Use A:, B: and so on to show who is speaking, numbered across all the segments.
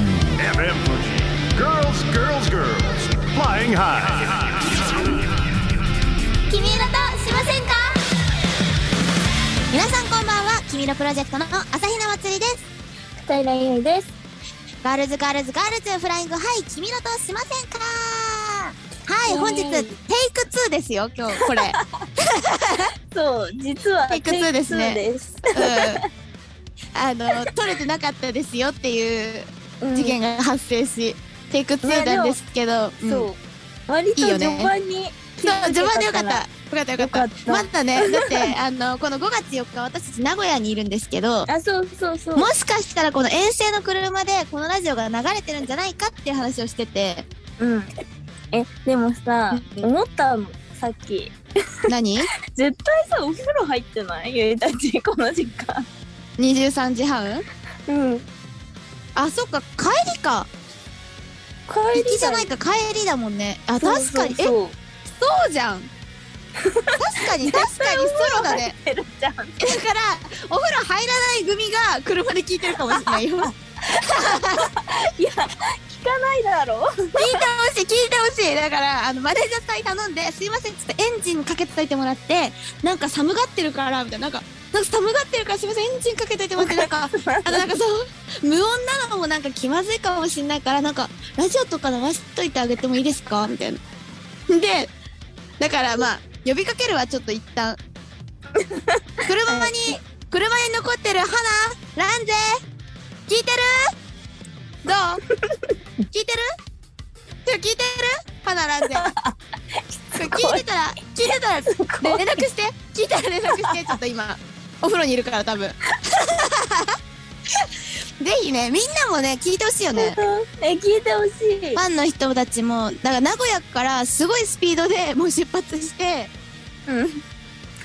A: FM Fuji. Girls, girls, girls. Flying high.
B: 君色としませんか皆さんこんばんは君色プロジェクトの朝日奈まつりです
C: 深井ゆいです。
B: ガールズガールズガールズフライングはい君色としませんかは
C: イ
B: い
C: エーイ
B: 本日テイク2ですよ今日こ れ
C: そう、実は
B: テイクツーですね
C: テイクツー
B: うんあの取れてなかったですよっていう
C: です
B: 事件が発生し、テイク2
C: いやでも
B: なんですけど、
C: うん
B: ん
C: そう。割と
B: いい
C: い
B: よ
C: 序
B: ね
C: 盤に気
B: そう
C: づけ
B: 序
C: た
B: 盤で
C: ら
B: よかった。よかったよかった。
C: よかった
B: まだね、だって、あの、この5月4日、私たち名古屋にいるんですけど、
C: あ、そうそうそう。
B: もしかしたらこの遠征の車でこのラジオが流れてるんじゃないかっていう話をしてて、
C: うん。え、でもさ、
B: うん
C: 思ったの、さっき。
B: 何
C: 絶対さ、お風呂入ってないゆいたち、この時間。
B: ?23 時半
C: うん。
B: あ、そっか、帰りか。
C: 帰
B: 行
C: り
B: きじゃないいか、帰りだもんね。あ、確かに。え、
C: え、
B: そ
C: そ
B: う
C: う
B: じゃん。確か に、確かに、そうだね。
C: えるじゃん。
B: だから、お風呂入らない組が車で聞いてるかもしれない よ。
C: いや、聞かないだろう。
B: 聞いてほしい聞いてほしいだからあのマネージャーさんに頼んで「すいません」っつってエンジンかけといてもらってなんか寒がってるからみたいななんかなんか寒がってるからすいませんエンジンかけといてもらってなんかあのなんかそう無音なのもなんか気まずいかもしれないからなんかラジオとか流しといてあげてもいいですかみたいなでだからまあ呼びかけるはちょっと一旦車に車に残ってる花ランゼ聞いてるどう聞いてるちょ聞いてるパナランゼ聞いてたら聞いてたらで
C: ごい
B: 連絡して聞いたら連絡してちょっと 今お風呂にいるから多分ぜひねみんなもね聞いてほしいよね
C: え、聞いてほしい。
B: ファンの人たちもだから名古屋からすごいスピードでもう出発して
C: うん。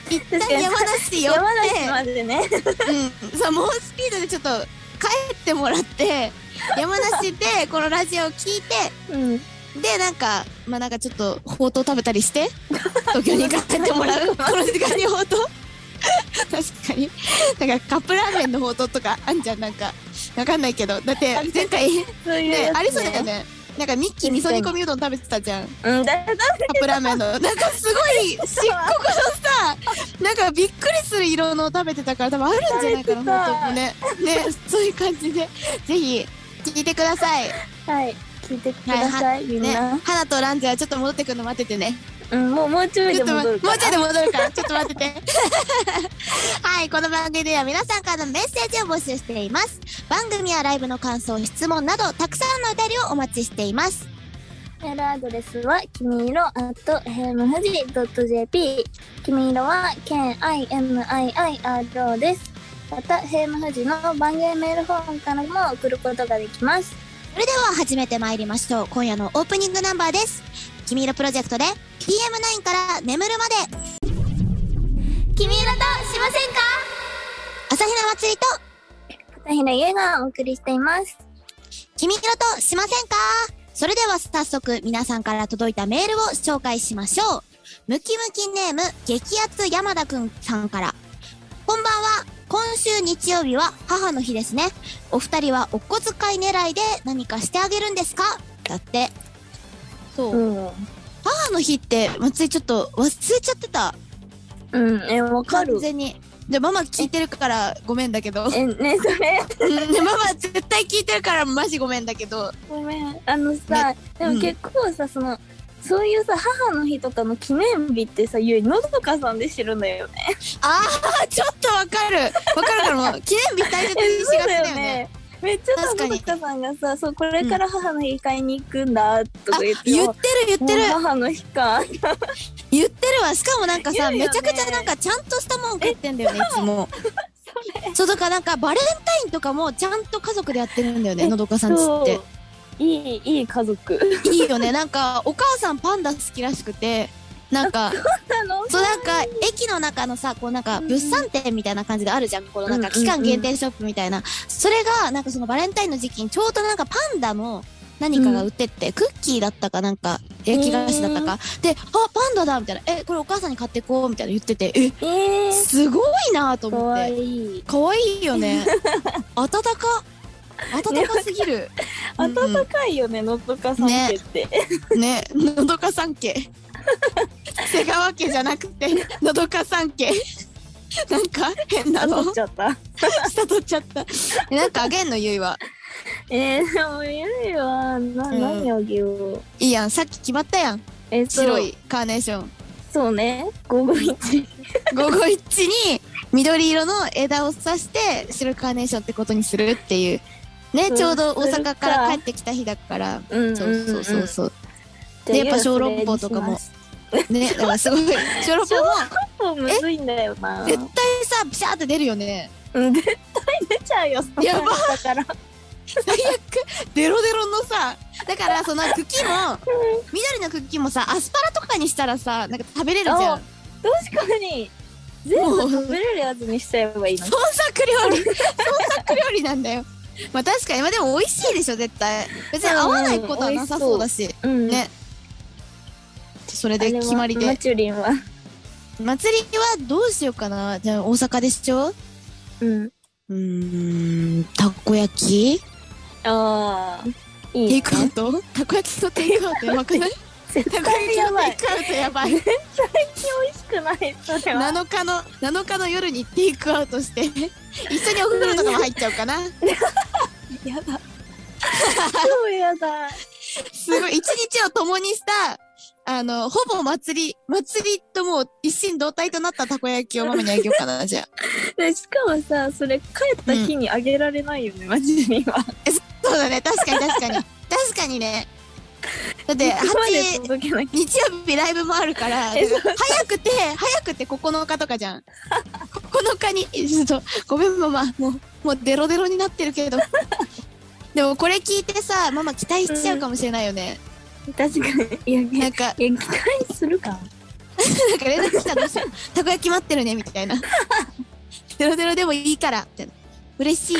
B: 一旦
C: 確かに
B: 山梨寄っ
C: 山梨
B: て
C: までね。
B: うん、さ猛スピードでちょっと帰ってもらって山梨でこのラジオを聞いて
C: うん。
B: でなんかまあなんかちょっとほうとう食べたり して東京に帰ってもらうこの時間にほうとう確かになんかカップラーメンのほうとうとかあんじゃんなんかわかんないけどだって前回
C: そういう
B: ね
C: やつ
B: ありそうだよ。ねなんかミッキー味噌煮込みうどん食べてたじゃんカ
C: うん、だ、だ、
B: ップラーメンのなんかすごい漆黒のさなんかびっくりする色のを食べてたから多分あるんじゃないかなほうとうもねねそういう感じでぜひ聞いてください
C: はい、聞いてください、みん
B: ね
C: な。
B: 花とランジはちょっと戻ってくるの待っててね
C: うん、もう、もうちょい
B: ちょっ
C: で
B: とまも
C: 戻
B: う
C: る
B: ちょ
C: から。
B: いで戻るから、ちょっと待ってて。はい、この番組では皆さんからのメッセージを募集しています。番組やライブの感想、質問など、たくさんのお便りをお待ちしています。
C: メールアドレスは、きみいろ、あと、ヘムフジ .jp。きみいろは、k-i-m-i-i-r-o です。また、ヘムフジの番組メールフォームからも送ることができます。
B: それでは始めてまいりましょう。今夜のオープニングナンバーです。君色プロジェクトで PM9 から眠るまで。
C: 君色としませんか
B: 朝日奈祭りと
C: 片平優がお送りしています。
B: 君色としませんかそれでは早速皆さんから届いたメールを紹介しましょう。ムキムキネーム激アツ山田くんさんから。こんばんは。今週日曜日は母の日ですね。お二人はお小遣い狙いで何かしてあげるんですかだって。そう。
C: ん。
B: 母の日って、松井ちょっと忘れちゃってた。
C: うん、え、わかる
B: 完。全に。で、ママ聞いてるからごめんだけど。
C: え、ね、それ、
B: うん でママ絶対聞いてるからマジごめんだけど。
C: ごめん。あのさ、で
B: う
C: も
B: ん
C: 結構さ、その、そういうさ、母の日とかの記念日ってさ、ゆい、のどかさんで知るんだよね。
B: ああちょっとわかるわかるからもう記念日大切にしがちだよね。。
C: めっちゃさ、
B: 確か
C: の
B: に
C: どかさんがさ、そう、これから母の日買いに行くんだ、と
B: あ
C: か
B: 言
C: 言
B: っ
C: って
B: てる
C: も
B: 言ってる
C: もう母の日か。
B: 言ってるわしかもなんかさ、
C: 言う
B: め
C: よ
B: ちゃ
C: ね
B: くちゃなんかちゃんとしたもん買ってんだよねいつもそうだからなんかバレンタインとかもちゃんと家族でやってるんだよね
C: え
B: のどかさんちっ
C: う。いい、いい家 族。
B: ていいよねなんかお母さんパンダ好きらしくてなんか
C: あの、
B: そうなんか駅の中のさこうなんか
C: うん
B: 物産展みたいな感じであるじゃんこのなんか
C: うんうんうん
B: 期間限定ショップみたいなそれがなんかそのバレンタインの時期にちょうどなんかパンダの何かが売ってって、クッキーだったかなんか焼き菓子だったか、で「あパンダだ」みたいな「えこれお母さんに買ってこう」みたいな言っててえ
C: えー、
B: すごいなと
C: か
B: 思っ
C: わ
B: て
C: いい。
B: 可愛いよね温か温かすぎるうんうん
D: 暖かいよね、のとかさん家って。
B: ねのどか三 家瀬川家じゃなくてのどか三家なんか変な
D: あ、
B: の
D: 取っちゃった。
B: 下取っちゃったえ なんかあげんのゆいは
D: えー、でもゆいは、な、
B: うん
D: 何あげよう。
B: いいやんさっき決まったやん
D: えー、そう
B: 白。いカーネーション
D: そうね。午後一。
B: 午後一に緑色の枝を刺して白いカーネーションってことにするっていうね
D: そう
B: ちょうど大阪から
D: するか
B: 帰ってきた日だから
D: うん
B: そうそうそうそう
D: じゃあ
B: やっぱ小
D: ゆいは
B: 籠包とかも
D: それにし
B: ねだからす ごい小籠包も
D: ます。むずいんだよな。
B: 絶対さピシャーって出るよね
D: うん絶対出ちゃうよ。
B: やば
D: ば。だから。
B: 最悪デロデロのさだからその茎も緑の茎もさアスパラとかにしたらさなんか食べれるじゃん
D: 確かに。全部食べれるやつにしちゃえばいいの
B: 創。作料理創作料理なんだよまあ確かにまあでも美味しいでしょ絶対別に合わないことはなさそうだし、
D: うん
B: ねそれ
D: あれ
B: で
D: は
B: 決まり
D: マ
B: で
D: チュリンは。
B: 祭りはどうしようかなじゃあ大阪でしょう
D: うん。
B: ーんたこ焼き
D: ああ。い
B: テ
D: い、
B: イ
D: ね。
B: クアウトたこ焼きとテイクアウトやばくない
D: 絶
B: たこ焼
D: 対
B: き
D: や
B: の
D: ば
B: テイ
D: い。
B: クアウトやばい
D: 美味しくない。それは。
B: 7日の7日の夜にテイクアウトして一緒にお風呂とかも入っちゃうかな
D: やだ。超やだ。
B: すごい一日を共にしたあのほぼ祭り祭りともう一心同体となったたこ焼きをママにあげようかなじゃあ
D: でしかもさ、それ帰った日にあげられないよね、マチュリンは。
B: そうだね確かに確かに確かにねだって
D: そこ まで
B: 8
D: 届けなきゃ。
B: 日曜日ライブもあるから
D: え
B: 早
D: そう
B: くて早くて9日とかじゃん9日にちょっとごめんママもうもうデロデロになってるけどでもこれ聞いてさママ期待しちゃうかもしれないよね、
D: 確かに。いや、いや
B: なんか、
D: いや、期待するか。
B: なんか連絡来たらどうしよう。たこ焼き待ってるね、みたいな。ゼロゼロでもいいから、みたいな。嬉し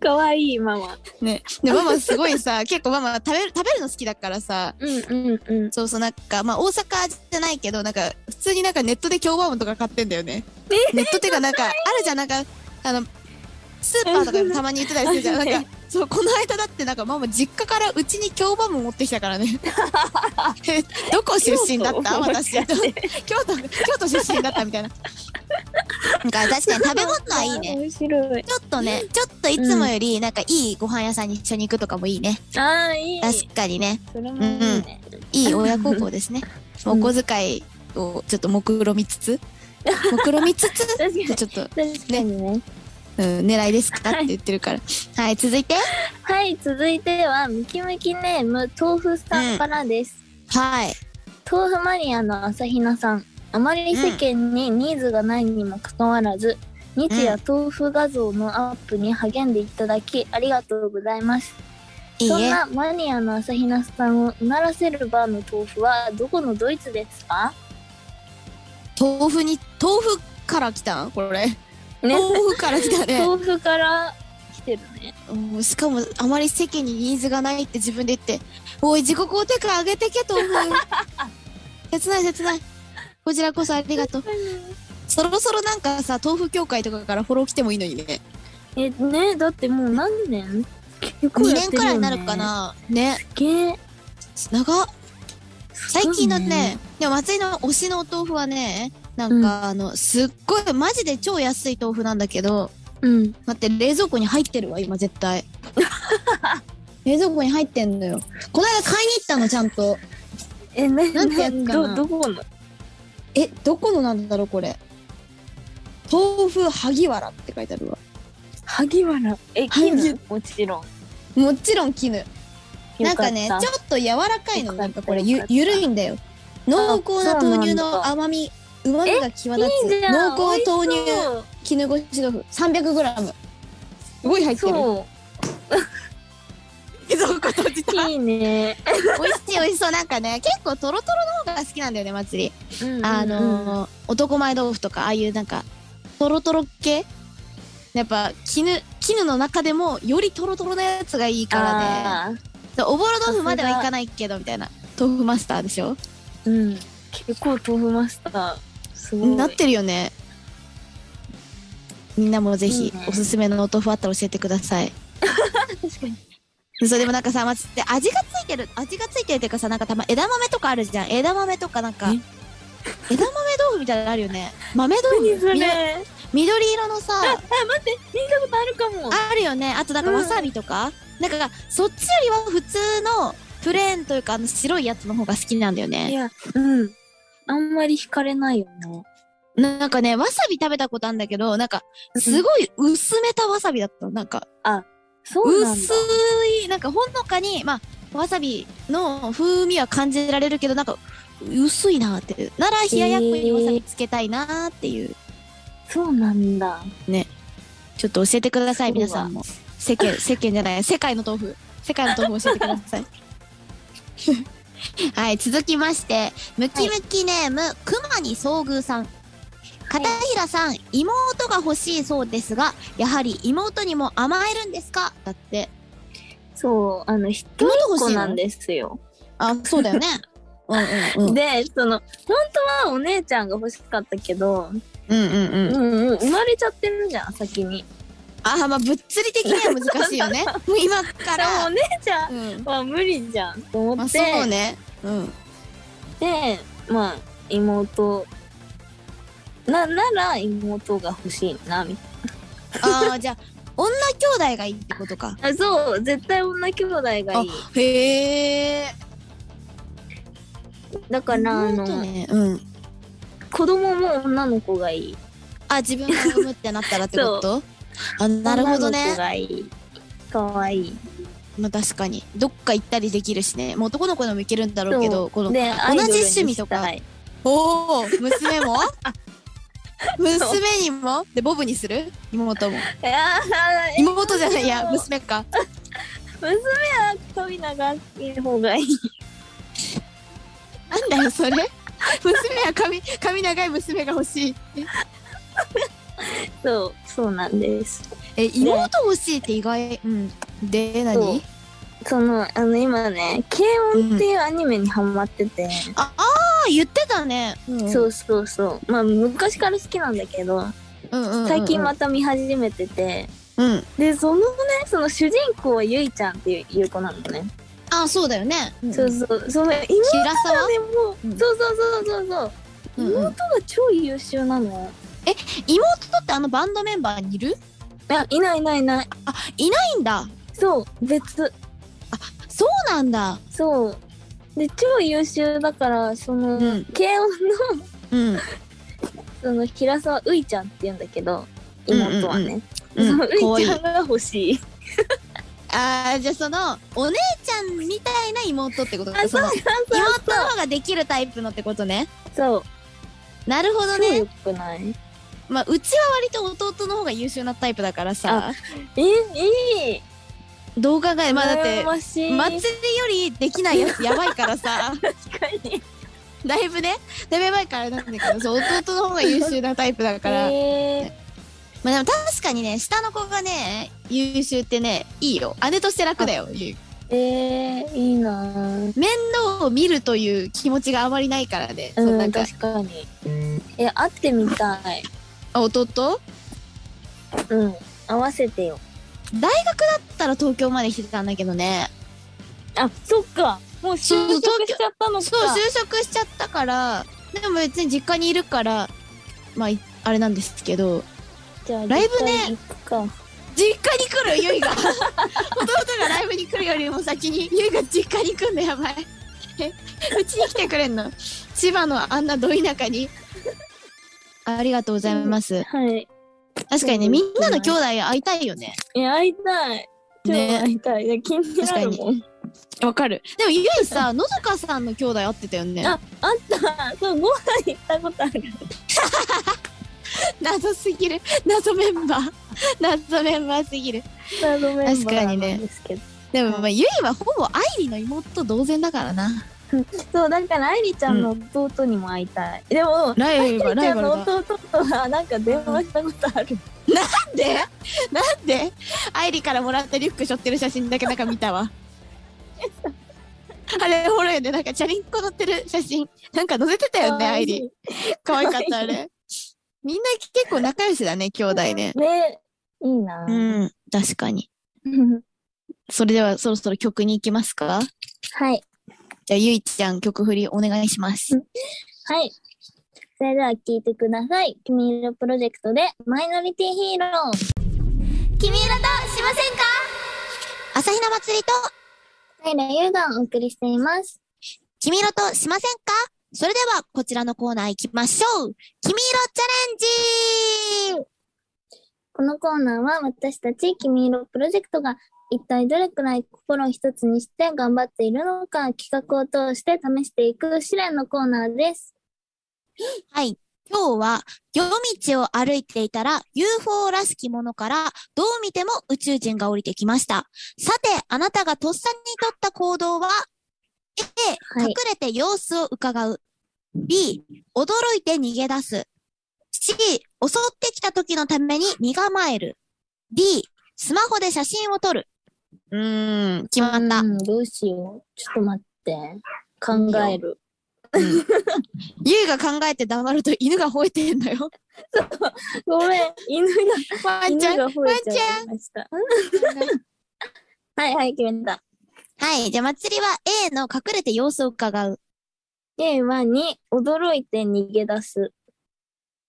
D: 可愛いママ。
B: い。ね。で、ママすごいさ、結構ママ食べる、食べるの好きだからさ、
D: うんうんうん。
B: そうそう、なんか、まあ大阪じゃないけど、なんか、普通になんかネットで京和音とか買ってんだよね。ネットっていうか、なんか、あるじゃん、なんか、あの、スーパーとかでもたまに売ってたりするじゃん。なんか、 そう、この間だってなんか、ママ実家からうちに京和音持ってきたからね。 え、どこ出身だった私。京都京都出身だったみたいな。なんか確かに食べ物はいいね。
D: 面白い。
B: ちょっとね、ちょっといつもよりなんかいいご飯屋さんに一緒に行くとかもいいね。
D: ああ、いい。
B: 確かにね、
D: それもいいね。
B: いい親孝行ですね。
D: うん
B: お小遣いをちょっと目論みつ つ、目論みつつ、
D: 確かに。
B: ちょっと、
D: 確かにね。
B: うん、狙いですかって言ってるから。はい、続いて。
C: はい、続いては、ムキムキネーム、豆腐さんからです。
B: はい。
C: 豆腐マニアの朝比奈さん。あまり世間にニーズがないにもかかわらず、日夜豆腐画像のアップに励んでいただき、ありがとうございます。
B: いい
C: そん
B: え。
C: なマニアの朝比奈さんをうならせるバーの豆腐はどこのドイツですか
B: 豆腐に、豆腐から来たんこれ。
C: ね
B: 豆腐から来た ね。
C: 豆腐から来てるね。
B: うんしかもあまり世間にニーズがないって自分で言って「おい自己肯定感上げてけ豆 腐」切ない切ないこちらこそありがとうそろそろなんかさ豆腐協会とかからフォロー来てもいいのにね
C: え、ねだってもう何年結構
B: 2
C: やっ
B: 年
C: て
B: く
C: るよね
B: らいになるか。なね
C: すげえ。
B: 長っ最近の
C: すごい
B: ね。でも松井の推しのお豆腐はねなんかあの、すっごいマジで超安い豆腐なんだけど
C: うん。
B: 待って冷蔵庫に入ってるわ今絶対 冷蔵庫に入ってんのよこの間買いに行ったのちゃんと
D: え、な
B: なんてやつか
D: ど、
B: な
D: どこの
B: えどこのなんだろうこれ豆腐萩原って書いてあるわ
D: 萩原。え、
B: 萩
D: 絹もちろん。
B: もちろん絹
D: よ
B: な
D: か
B: ん
D: った
B: かねちょっと柔らかいの
D: よかった
B: なんかこれ
D: よ
B: ゆ
D: かった
B: ゆるいんだよ濃厚な
D: そうなんだ
B: 豆乳の甘みうまみが際立
C: いい
B: つ
C: じゃん
B: 濃厚豆
D: 美味し
B: 乳
D: そう
B: 絹ごし豆腐 300g すごい入ってる
D: そ
B: 冷蔵庫閉じた
D: う。いいね。
B: 美味しい美味しそうなんかね結構トロトロの方が好きなんだよね祭りあ
D: ー、
B: のー男前豆腐とかああいうなんかトロトロ系やっぱ絹絹の中でもよりトロトロなやつがいいからね
D: あー
B: でおぼろ豆腐まではいかないけどみたいな豆腐マスターでしょ
D: うん。結構豆腐マスター。すごい。
B: なってるよねみんなもぜ
D: い
B: ひ
D: いね
B: おすすめのお豆腐あったら教えてください
D: 確かに。
B: そうでもなんかさ、まつって味がついてる、味がついてるっていうかさ、なんかたま枝豆とかあるじゃん。枝豆とかなんか、
C: え
B: 枝豆豆腐みたいなのあるよね。豆豆
C: 何
B: 腐
C: それ
B: みど
C: あ
B: 緑色のさ、
C: 待って見たことあるかも
B: あるよね。あとなんか
C: うん
B: わさびとか、なんかそっちよりは普通のプレーンというかあの白いやつの方が好きなんだよ
C: い
B: ね。
C: やうんあんまり惹かれないよね
B: ななんかね、わさび食べたことあるんだけど、なんかすごい薄めたわさびだったの。なんか
C: そうなんだ
B: 薄いなんかほのかにまあわさびの風味は感じられるけどなんか薄いなーってなら冷ややっこにわさびつけたいなーっていう、
C: そうなんだ
B: ちょっと教えてください
C: そうだ
B: 皆さんも世間世間じゃない世界の豆腐世界の豆腐教えてくだ さいはい続きましてムキムキネーム、くまに遭遇さん片平さん、妹が欲しいそうですがやはり妹にも甘えるんですかだって
C: そうあの一人っ子なんですよ
B: あそうだよ ねうんうんうん
C: でその本当はお姉ちゃんが欲しかったけど、
B: うんうんう。
C: うんんうん、生まれちゃってるじゃん先に
B: あーまあ物理的には難しいよ ね。もう今か
C: だからもうお
B: ら。
C: 姉ちゃん
B: うん。
C: は無理じゃんと
B: ま
C: 思
B: あ
C: って、
B: そうね。うん。
C: でまあ妹ななら妹が欲しいなみたい
B: ああじゃあ女兄弟がいいってことか。
C: なあそう絶対女兄弟がいい
B: あへえ。
C: だからあの、
B: 妹ね。うん。
C: 子供も女の子がいい
B: あ自分が産むってなったらってこと？あなるほど
C: 女の子
B: ね。
C: がいいかわいい
B: まあ確かにどっか行ったりできるしね。もう男の子でも行けるんだろうけどこの
C: でアイドルに
B: 趣味とか
C: したい
B: おお娘 も娘にもでボブにする妹も
C: いやー
B: 妹じゃないいや娘か。
C: 娘は髪長い方がいい
B: なんだよそれ 娘は髪髪長い娘が欲しい
C: そうそうなんです
B: え妹欲しいって意外うんで何
C: そのあの今ね「軽音」っていうアニメにハマってて、
B: ああー言ってたね、うん
C: そうそうそうまあ昔から好きなんだけど
B: うんうんうんうん
C: 最近また見始めてて、
B: うん
C: でそのねその主人公はゆいちゃんっていういう子なのね、
B: あそうだよね、うん、
C: そう
B: 平
C: そうその妹
B: 沢、
C: でも、
B: うん
C: そうそうそうそうそう
B: うんうん
C: 妹が超優秀なの
B: 妹ってあのバンドメンバーにいる
C: いやいないいないいない
B: ないんだ
C: そう別
B: そうなんだ
C: そうで超優秀だからその、
B: うん
C: 慶応の
B: うん
C: その平沢ういちゃんって言うんだけど妹はね、
B: うん
C: その
B: か
C: う
B: わい
C: い
B: い
C: ちゃんが欲しい
B: あーじゃあそのお姉ちゃんみたいな妹ってことか
C: あ
B: そ
C: そう
B: の
C: そう
B: 妹の方ができるタイプのってことね
C: そう
B: なるほど
C: そう超
B: ね
C: よくない
B: まあうちは割と弟の方が優秀なタイプだからさ
C: いいいい
B: どう考えまあだって
C: 羨ましい
B: 祭りよりできないやつやばいからさ
C: 確かに
B: だいぶねだいぶやばいからあれなんだけどそう弟の方が優秀なタイプだから
C: へ
B: まあでも確かにね下の子がね優秀ってねいいよ姉として楽だよ面
C: ええー、いいなぁ
B: 倒を見るという気持ちがあまりないからね、そううなんんか
C: 確かにえ会ってみたい
B: あ弟だっ
C: うん合わせてよ
B: たら東京まで来てたんだけどね
C: あそっかもう就
B: そう東
C: 職
B: 京
C: しちゃったのか
B: そう就職しちゃったからでも別に実家にいるからまあいあれなんですけど
C: じゃあ
B: ライブね
C: 実家に行くか
B: 実家に来るゆいが弟がライブに来るよりも先にゆいが実家に来んのやばいえうちに来てくれんの千葉のあんなど田舎にありがとうございます
C: はい
B: 確かにねみんなの兄弟会いたいよね
C: いや会いたい超
B: ね
C: 会いたい、いや気になるもん
B: わかるでもゆいさのぞかさんの兄弟会ってたよね
C: ああったそうご飯行ったことある
B: 謎すぎる謎メンバー謎メンバーすぎる
C: サードメンバ
B: 確か
C: ー
B: に
C: な
B: ね
C: んですけど、
B: でもまあゆいはほぼ愛理の妹同然だからな
C: そうだから愛理ちゃんの弟にも会いたい、でも
B: ライ
C: 愛
B: バ
C: 理
B: ル
C: ち
B: ラ
C: ゃ
B: イ
C: ん
B: バル
C: の
B: だ
C: 弟とはなんか電話したことある、
B: なんでなんで愛理からもらったリュック背負ってる写真だけなんか見たわあれおもろいよねなんかチャリンコ乗ってる写真なんか載せてたよね愛理可愛かったあれみんな結構仲良しだね兄弟ね
C: ねいいな、
B: うん確かに
C: うん
B: それではそろそろ曲に行きますか
C: はい。
B: じゃあゆいちゃん曲振りお願いします。
C: はい。それでは聴いてください。君色プロジェクトでマイノリティヒーロー。
E: 君色としませんか
B: 朝日奈祭りと
C: 平優がお送りしています。
B: 君色としませんかそれではこちらのコーナー行きましょう君色チャレンジ
C: このコーナーは私たち君色プロジェクトが一体どれくらい心を一つにして頑張っているのか企画を通して試していく試練のコーナーです。
B: はい。今日は夜道を歩いていたら UFO らしきものからどう見ても宇宙人が降りてきました。さて、あなたがとっさに取った行動は A、
C: はい
B: 隠れて様子を伺う。B、驚いて逃げ出す。C、襲ってきた時のために身構える。D、スマホで写真を撮る。うーん、決まった。
C: うん、どうしよう。ちょっと待って。考える。
B: ユウが考えて黙ると犬が吠えてんだよ。
C: ごめん。犬が、
B: ワン
C: 犬
B: ちゃ ん。
C: が吠えちゃいました。はいはい、決めた。
B: はい。じゃあ、祭りは A の隠れて様子を伺う。
C: A は2、驚いて逃げ出す。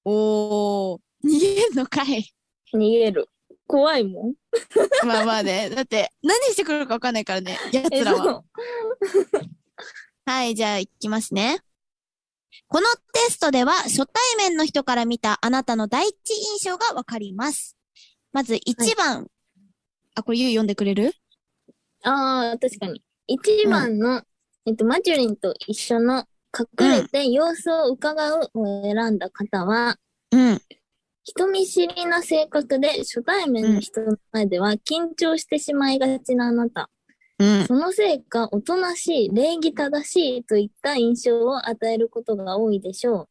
B: おー。逃げんのかい。
C: 逃げる。怖いもん。
B: まあまあね。だって、何してくるかわかんないからね。
C: え
B: 奴らは。
C: そう
B: はい。じゃあ、いきますね。このテストでは、初対面の人から見たあなたの第一印象がわかります。まず、1番。あ、これ、ゆう読んでくれる
C: ああ、確かに。1番の、えっと、マジュリンと一緒の隠れて様子を伺うを選んだ方は、
B: うん。
C: 人見知りな性格で初対面の人の前では緊張してしまいがちなあなた。
B: うん。
C: そのせいか、おとなしい、礼儀正しいといった印象を与えることが多いでしょう。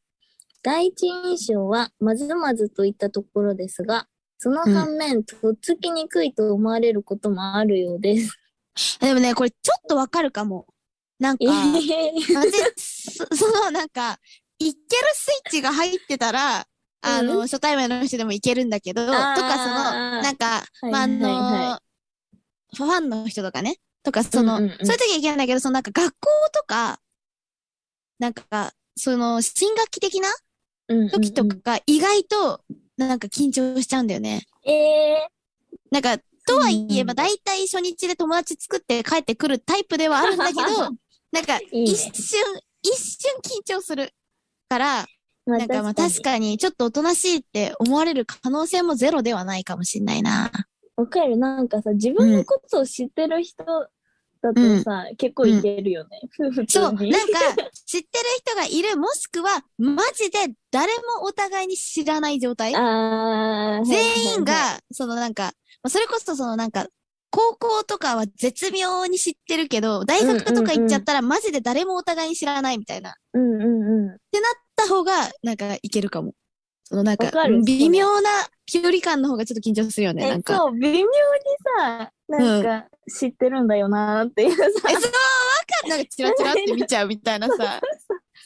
C: 第一印象は、まずまずといったところですが、その反面、とっつきにくいと思われることもあるようです。
B: でもね、これ、ちょっとわかるかも。なんか、 私そ そのなんか、いけるスイッチが入ってたら、あの、初対面の人でもいけるんだけど、と
C: あー
B: かその、なんか、
C: い
B: まあ、あの
C: はいは
B: ファンの人とかね、とかその、
C: うんうんうん
B: そういう時はいけないんだけど、そのなんか学校とか、なんか、その、新学期的な時とかが意外と、なんか緊張しちゃうんだよね。
C: ええ
B: なんか、とはいえ、
C: うん
B: まあ、大体初日で友達作って帰ってくるタイプではあるん だけど、なんか、
C: いいね
B: 一瞬、一瞬緊張するから、
C: まあ
B: なんかまあ確
C: に。
B: かにちょっとおとなしいって思われる可能性もゼロではないかもしれないな。
C: わかる。なんかさ、自分のことを知ってる人だとさ、結構いけるよね。夫婦
B: そう、なん
C: と
B: か知ってる人がいる、もしくはマジで誰もお互いに知らない状態。
C: あー
B: 全員、が、そのなんか、まあそれこそそのなんか、高校とかは絶妙に知ってるけど、大学とか行っちゃったらマジで誰もお互いに知らないみたいな。
C: うんうんう
B: った方が、なんかいけるかも。そのなんか
C: わかる、
B: 微妙な距離感の方がちょっと緊張するよ
C: ん。
B: ね、な
C: え
B: ん、か。
C: そう、微妙にさ、なんか知ってるんだよなーっていうさ
B: え、、そう、わかん なんかチラチラって見ちゃうみたいなさ。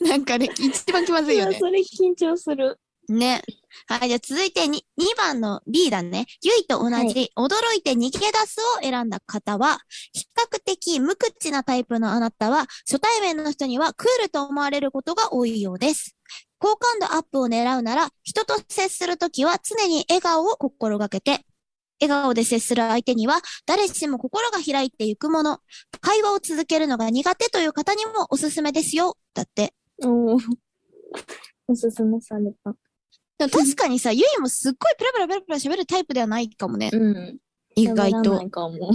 B: なんかね、一番気まずいよね
C: そ。れ緊張する。
B: ね。はい、じゃあ続いてに2番の B だね。ゆいと同じ、
C: はい
B: 驚いて逃げ出すを選んだ方は、比較的無口なタイプのあなたは、初対面の人にはクールと思われることが多いようです。好感度アップを狙うなら、人と接するときは常に笑顔を心がけて、笑顔で接する相手には、誰しも心が開いていくもの、会話を続けるのが苦手という方にもおすすめですよ。だって。
C: おーおすすめされた。
B: でも確かにさ、ゆいもすっごいペラペラペラペラ喋るタイプではないかもね。
C: うん。
B: 意外
C: 喋らな
B: と。
C: いかも。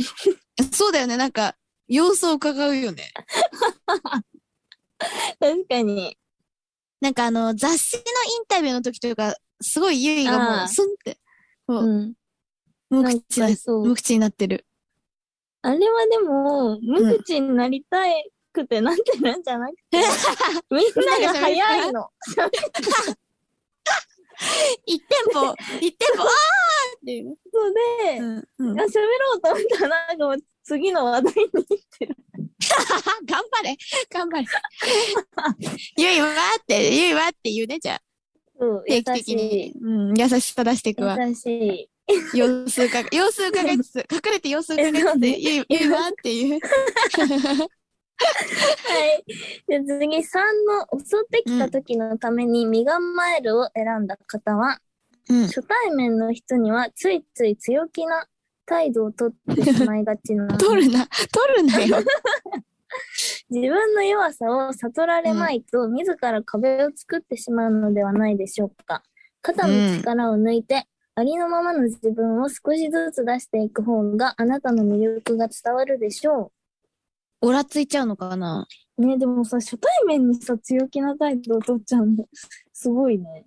B: そうだよね。なんか、様子を伺うよね。
C: 確かに。
B: なんかあの、雑誌のインタビューの時とか、すごいゆいがも
C: あー
B: う、スンって、
C: うん。
B: 無
C: なん
B: 口な
C: か、そう
B: 無。口になってる。
C: あれはでも、無口になりたいくてなってるんじゃなくて、 みんなが早 いの。
B: 一店舗、 一店舗、あーっていう。
C: ので、
B: うんうん、
C: あ
B: 頑
C: 喋ろうと思ったら、なんかもう次の話題に行ってる。
B: 張れ頑張れ ゆいはって、ゆいはって言うね、じゃあ。
C: そう、
B: 定
C: 優
B: 期的
C: しい
B: に。。うん、優しさ出していくわ。
C: 優しい。
B: 様子うかが、様子うかがいつつ、隠れて様子うかがいつつ、ゆい、ゆいはっていう。
C: はい。で次、3の襲ってきた時のために身構えるを選んだ方は、
B: うん。
C: 初対面の人にはついつい強気な態度をとってしまいが ちな
B: 取るな、取るなよ。
C: 自分の弱さを悟られまいと、自ら壁を作ってしまうのではないでしょうか。肩の力を抜いて、ありのままの自分を少しずつ出していく方があなたの魅力が伝わるでしょ
B: おらついちゃうのかな
C: う。ねでもさ、初対面にさ、強気な態度をとっちゃうの。すごいね。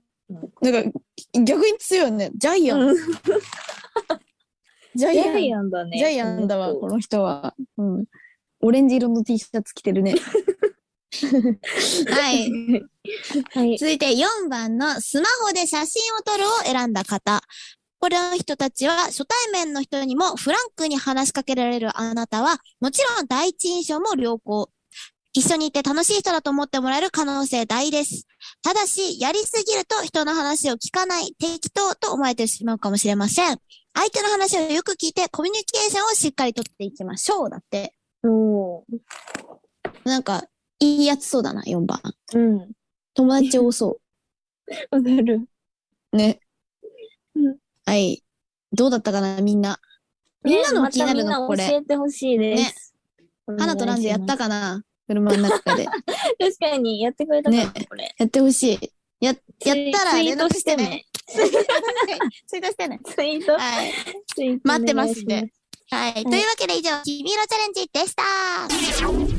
B: なんか、逆に強いよね。ジャイアン。ジャ
C: ジ
B: イ
C: ャイ
B: アン。
C: アンだね。
B: ジャイアンだわ、
C: こ
B: こ
C: の
B: の人は。うん。オレンジ色の T シャツ着てるね。 はい。
C: 人 はい。
B: 続いて4番のスマホで写真を撮るを選んだ方。これの人たちは初対面の人にもフランクに話しかけられるあなたは、もちろん第一印象も良好。一緒にいて楽しい人だと思ってもらえる可能性大です。ただし、やりすぎると人の話を聞かない、適当と思えてしまうかもしれません。相手の話をよく聞いてコミュニケーションをしっかりとっていきましょう。だって。
C: おー
B: なんか、いいやつそうだな、4番。
C: うん。
B: 友達多そう。
C: わかる。
B: ね。
C: うん
B: はい。どうだったかな、みんな。みんなのも気になるの
C: ねまた
B: これ
C: みんな教えてほしいです。
B: 花とランジやった
C: か
B: かな車の中 で。
C: 確かに、やってくれたかな、
B: ね
C: これ。
B: やってほしい。や、やったら
C: ツイ
B: 連
C: ート
B: 絡
C: し
B: しててね。
C: ね。
B: ツイートしてね。
C: ツイート、
B: はい。
C: ツイート
B: 待って
C: お願
B: ま
C: い
B: す
C: し
B: んで。はい。というわけで以上、君色チャレンジでした。
E: 君色としませんか
B: 秋の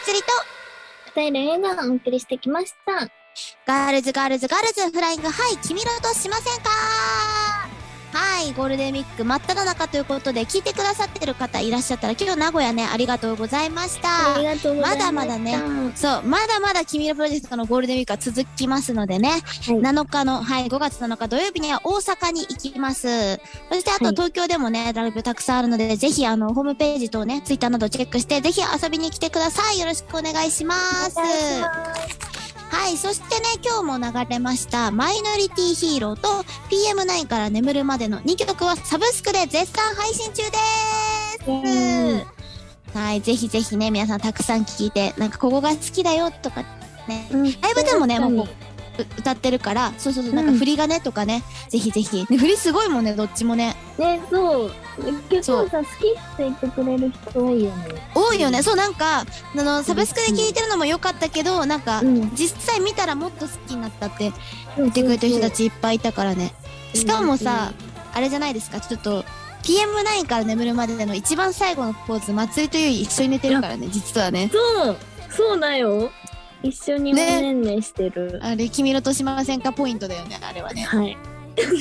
B: 祭りと、
C: 二人の映画をお送りしてきました。
B: ガールズガールズガールズフライングはい君らとしませんかはいゴールデンウィーク真っ只中ということで聞いてくださってる方いらっしゃったら今日名古屋ねありがとうございました
C: ありがとうございました。
B: まだまだねそう、まだまだ君のプロジェクトのゴールデンウィークは続きますのでね、7日の、はい、5月7日土曜日には大阪に行きます。そしてあと
C: はい
B: 東京でもね、ライブたくさんあるので、ぜひあの、ホームページとね、ツイッターなどチェックして、ぜひ遊びに来てください。よろしくお願いします。
C: お願いし
B: はい、そしてね、今日も流れました、マイノリティヒーローと PM9 から眠るまでの2曲はサブスクで絶賛配信中です。はい、ぜひぜひね、皆さんたくさん聴いて、なんかここが好きだよとかね、
C: うん
B: ライブでもね、
C: 確かに
B: もうこう歌ってるから、そうそうそう、なんか振りがねとかね、ぜひぜひ。ね、振りすごいもんね、どっちもね。
C: ね、そう。結構さ、好きって言ってくれる人多いよね。
B: 多いよね。そう、なんか、あの、サブスクで聴いてるのも良かったけど、なんか、
C: ん。
B: 実際見たらもっと好きになったって言
C: 見
B: ってくれてる人た。ちいっぱいいたからね。しかもさ、あれじゃないですか、ちょっと、PM9 から眠るまでの一番最後のポーズ、松井とゆい一緒に寝てるからね、実はね。
C: そう、そうだよ。一緒におねんねしてる。
B: あれ、君色としませんかポイントだよね、あれは ね。
C: はい。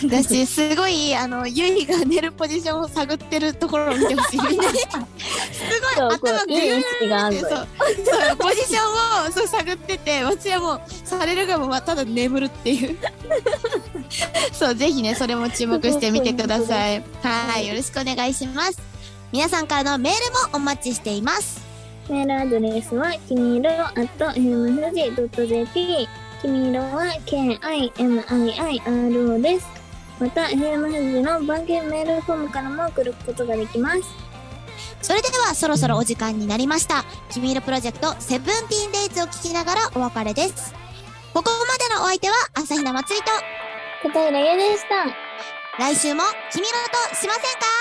B: だし、すごい、あの、ゆいが寝るポジションを探ってるところを見て ほしい。みんなねすごい、
C: そう、こ
B: 頭が
C: う、い
B: ぐゆー
C: い意
B: っ
C: 識がある
B: て、そ
C: の
B: う
C: よ。、
B: そう、ポジションを、そう、探ってて、私はもう、されるがまま、ただ眠るっていう。 そう、ぜひね、それも注目してみてください。はい、よろしくお願いします。皆さんからのメールもお待ちしています。
C: メールアドレスは、きみいろ at hemfuji.jp。きみいろは、k-i-m-i-i-r-o です。また、hemfuji の番組メールフォームからも送ることができます。
B: それではそろそろお時間になりました。君色プロジェクトセブンティーンデイズを聞きながらお別れです。ここまでのお相手は朝比奈まつりと
C: 片平優でした。
B: 来週も君色としませんか